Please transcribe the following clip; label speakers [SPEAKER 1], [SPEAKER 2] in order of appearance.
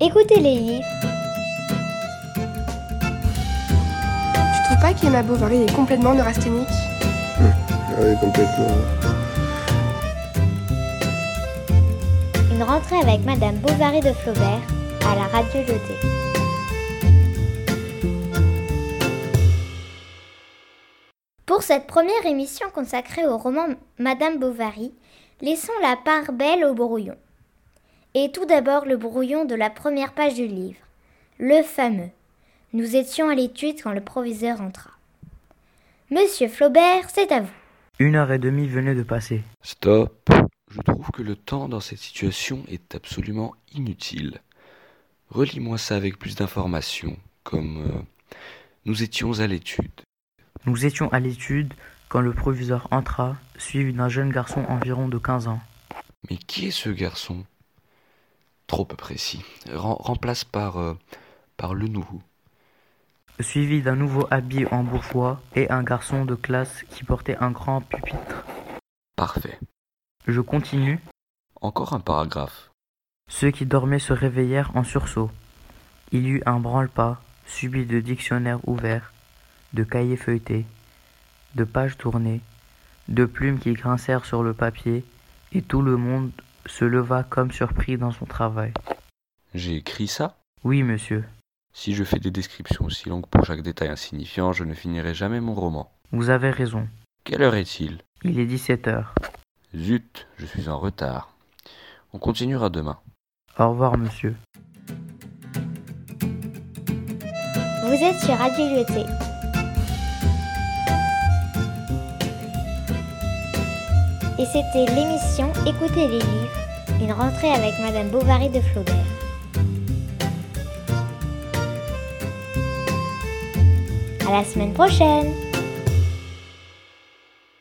[SPEAKER 1] Écoutez les livres.
[SPEAKER 2] Tu trouves pas qu'Emma Bovary est complètement neurasthénique
[SPEAKER 3] Oui, complètement.
[SPEAKER 1] Une rentrée avec Madame Bovary de Flaubert à la radiothèque. Pour cette première émission consacrée au roman Madame Bovary, laissons la part belle au brouillon. Et tout d'abord le brouillon de la première page du livre, le fameux. Nous étions à l'étude quand le proviseur entra. Monsieur Flaubert, c'est à vous.
[SPEAKER 4] Une heure et demie venait de passer.
[SPEAKER 5] Stop. Je trouve que le temps dans cette situation est absolument inutile. Relis-moi ça avec plus d'informations, comme euh, nous étions à l'étude.
[SPEAKER 4] Nous étions à l'étude quand le proviseur entra, suivi d'un jeune garçon environ de 15 ans.
[SPEAKER 5] Mais qui est ce garçon Trop peu précis. Ren- remplace par euh, par le nouveau.
[SPEAKER 4] Suivi d'un nouveau habillé en bourgeois et un garçon de classe qui portait un grand pupitre.
[SPEAKER 5] Parfait.
[SPEAKER 4] Je continue.
[SPEAKER 5] Encore un paragraphe.
[SPEAKER 4] Ceux qui dormaient se réveillèrent en sursaut. Il y eut un branle-pas, subi de dictionnaires ouverts, de cahiers feuilletés, de pages tournées, de plumes qui grincèrent sur le papier, et tout le monde se leva comme surpris dans son travail.
[SPEAKER 5] J'ai écrit ça
[SPEAKER 4] Oui, monsieur,
[SPEAKER 5] Si je fais des descriptions aussi longues pour chaque détail insignifiant, je ne finirai jamais mon roman.
[SPEAKER 4] vous avez raison.
[SPEAKER 5] Quelle heure est-il
[SPEAKER 4] Il est 17 heures.
[SPEAKER 5] Zut, je suis en retard. On continuera demain.
[SPEAKER 4] Au revoir, monsieur.
[SPEAKER 1] Vous êtes sur Radio Lyoté. Et c'était l'émission Écoutez les livres, une rentrée avec Madame Bovary de Flaubert. À la semaine prochaine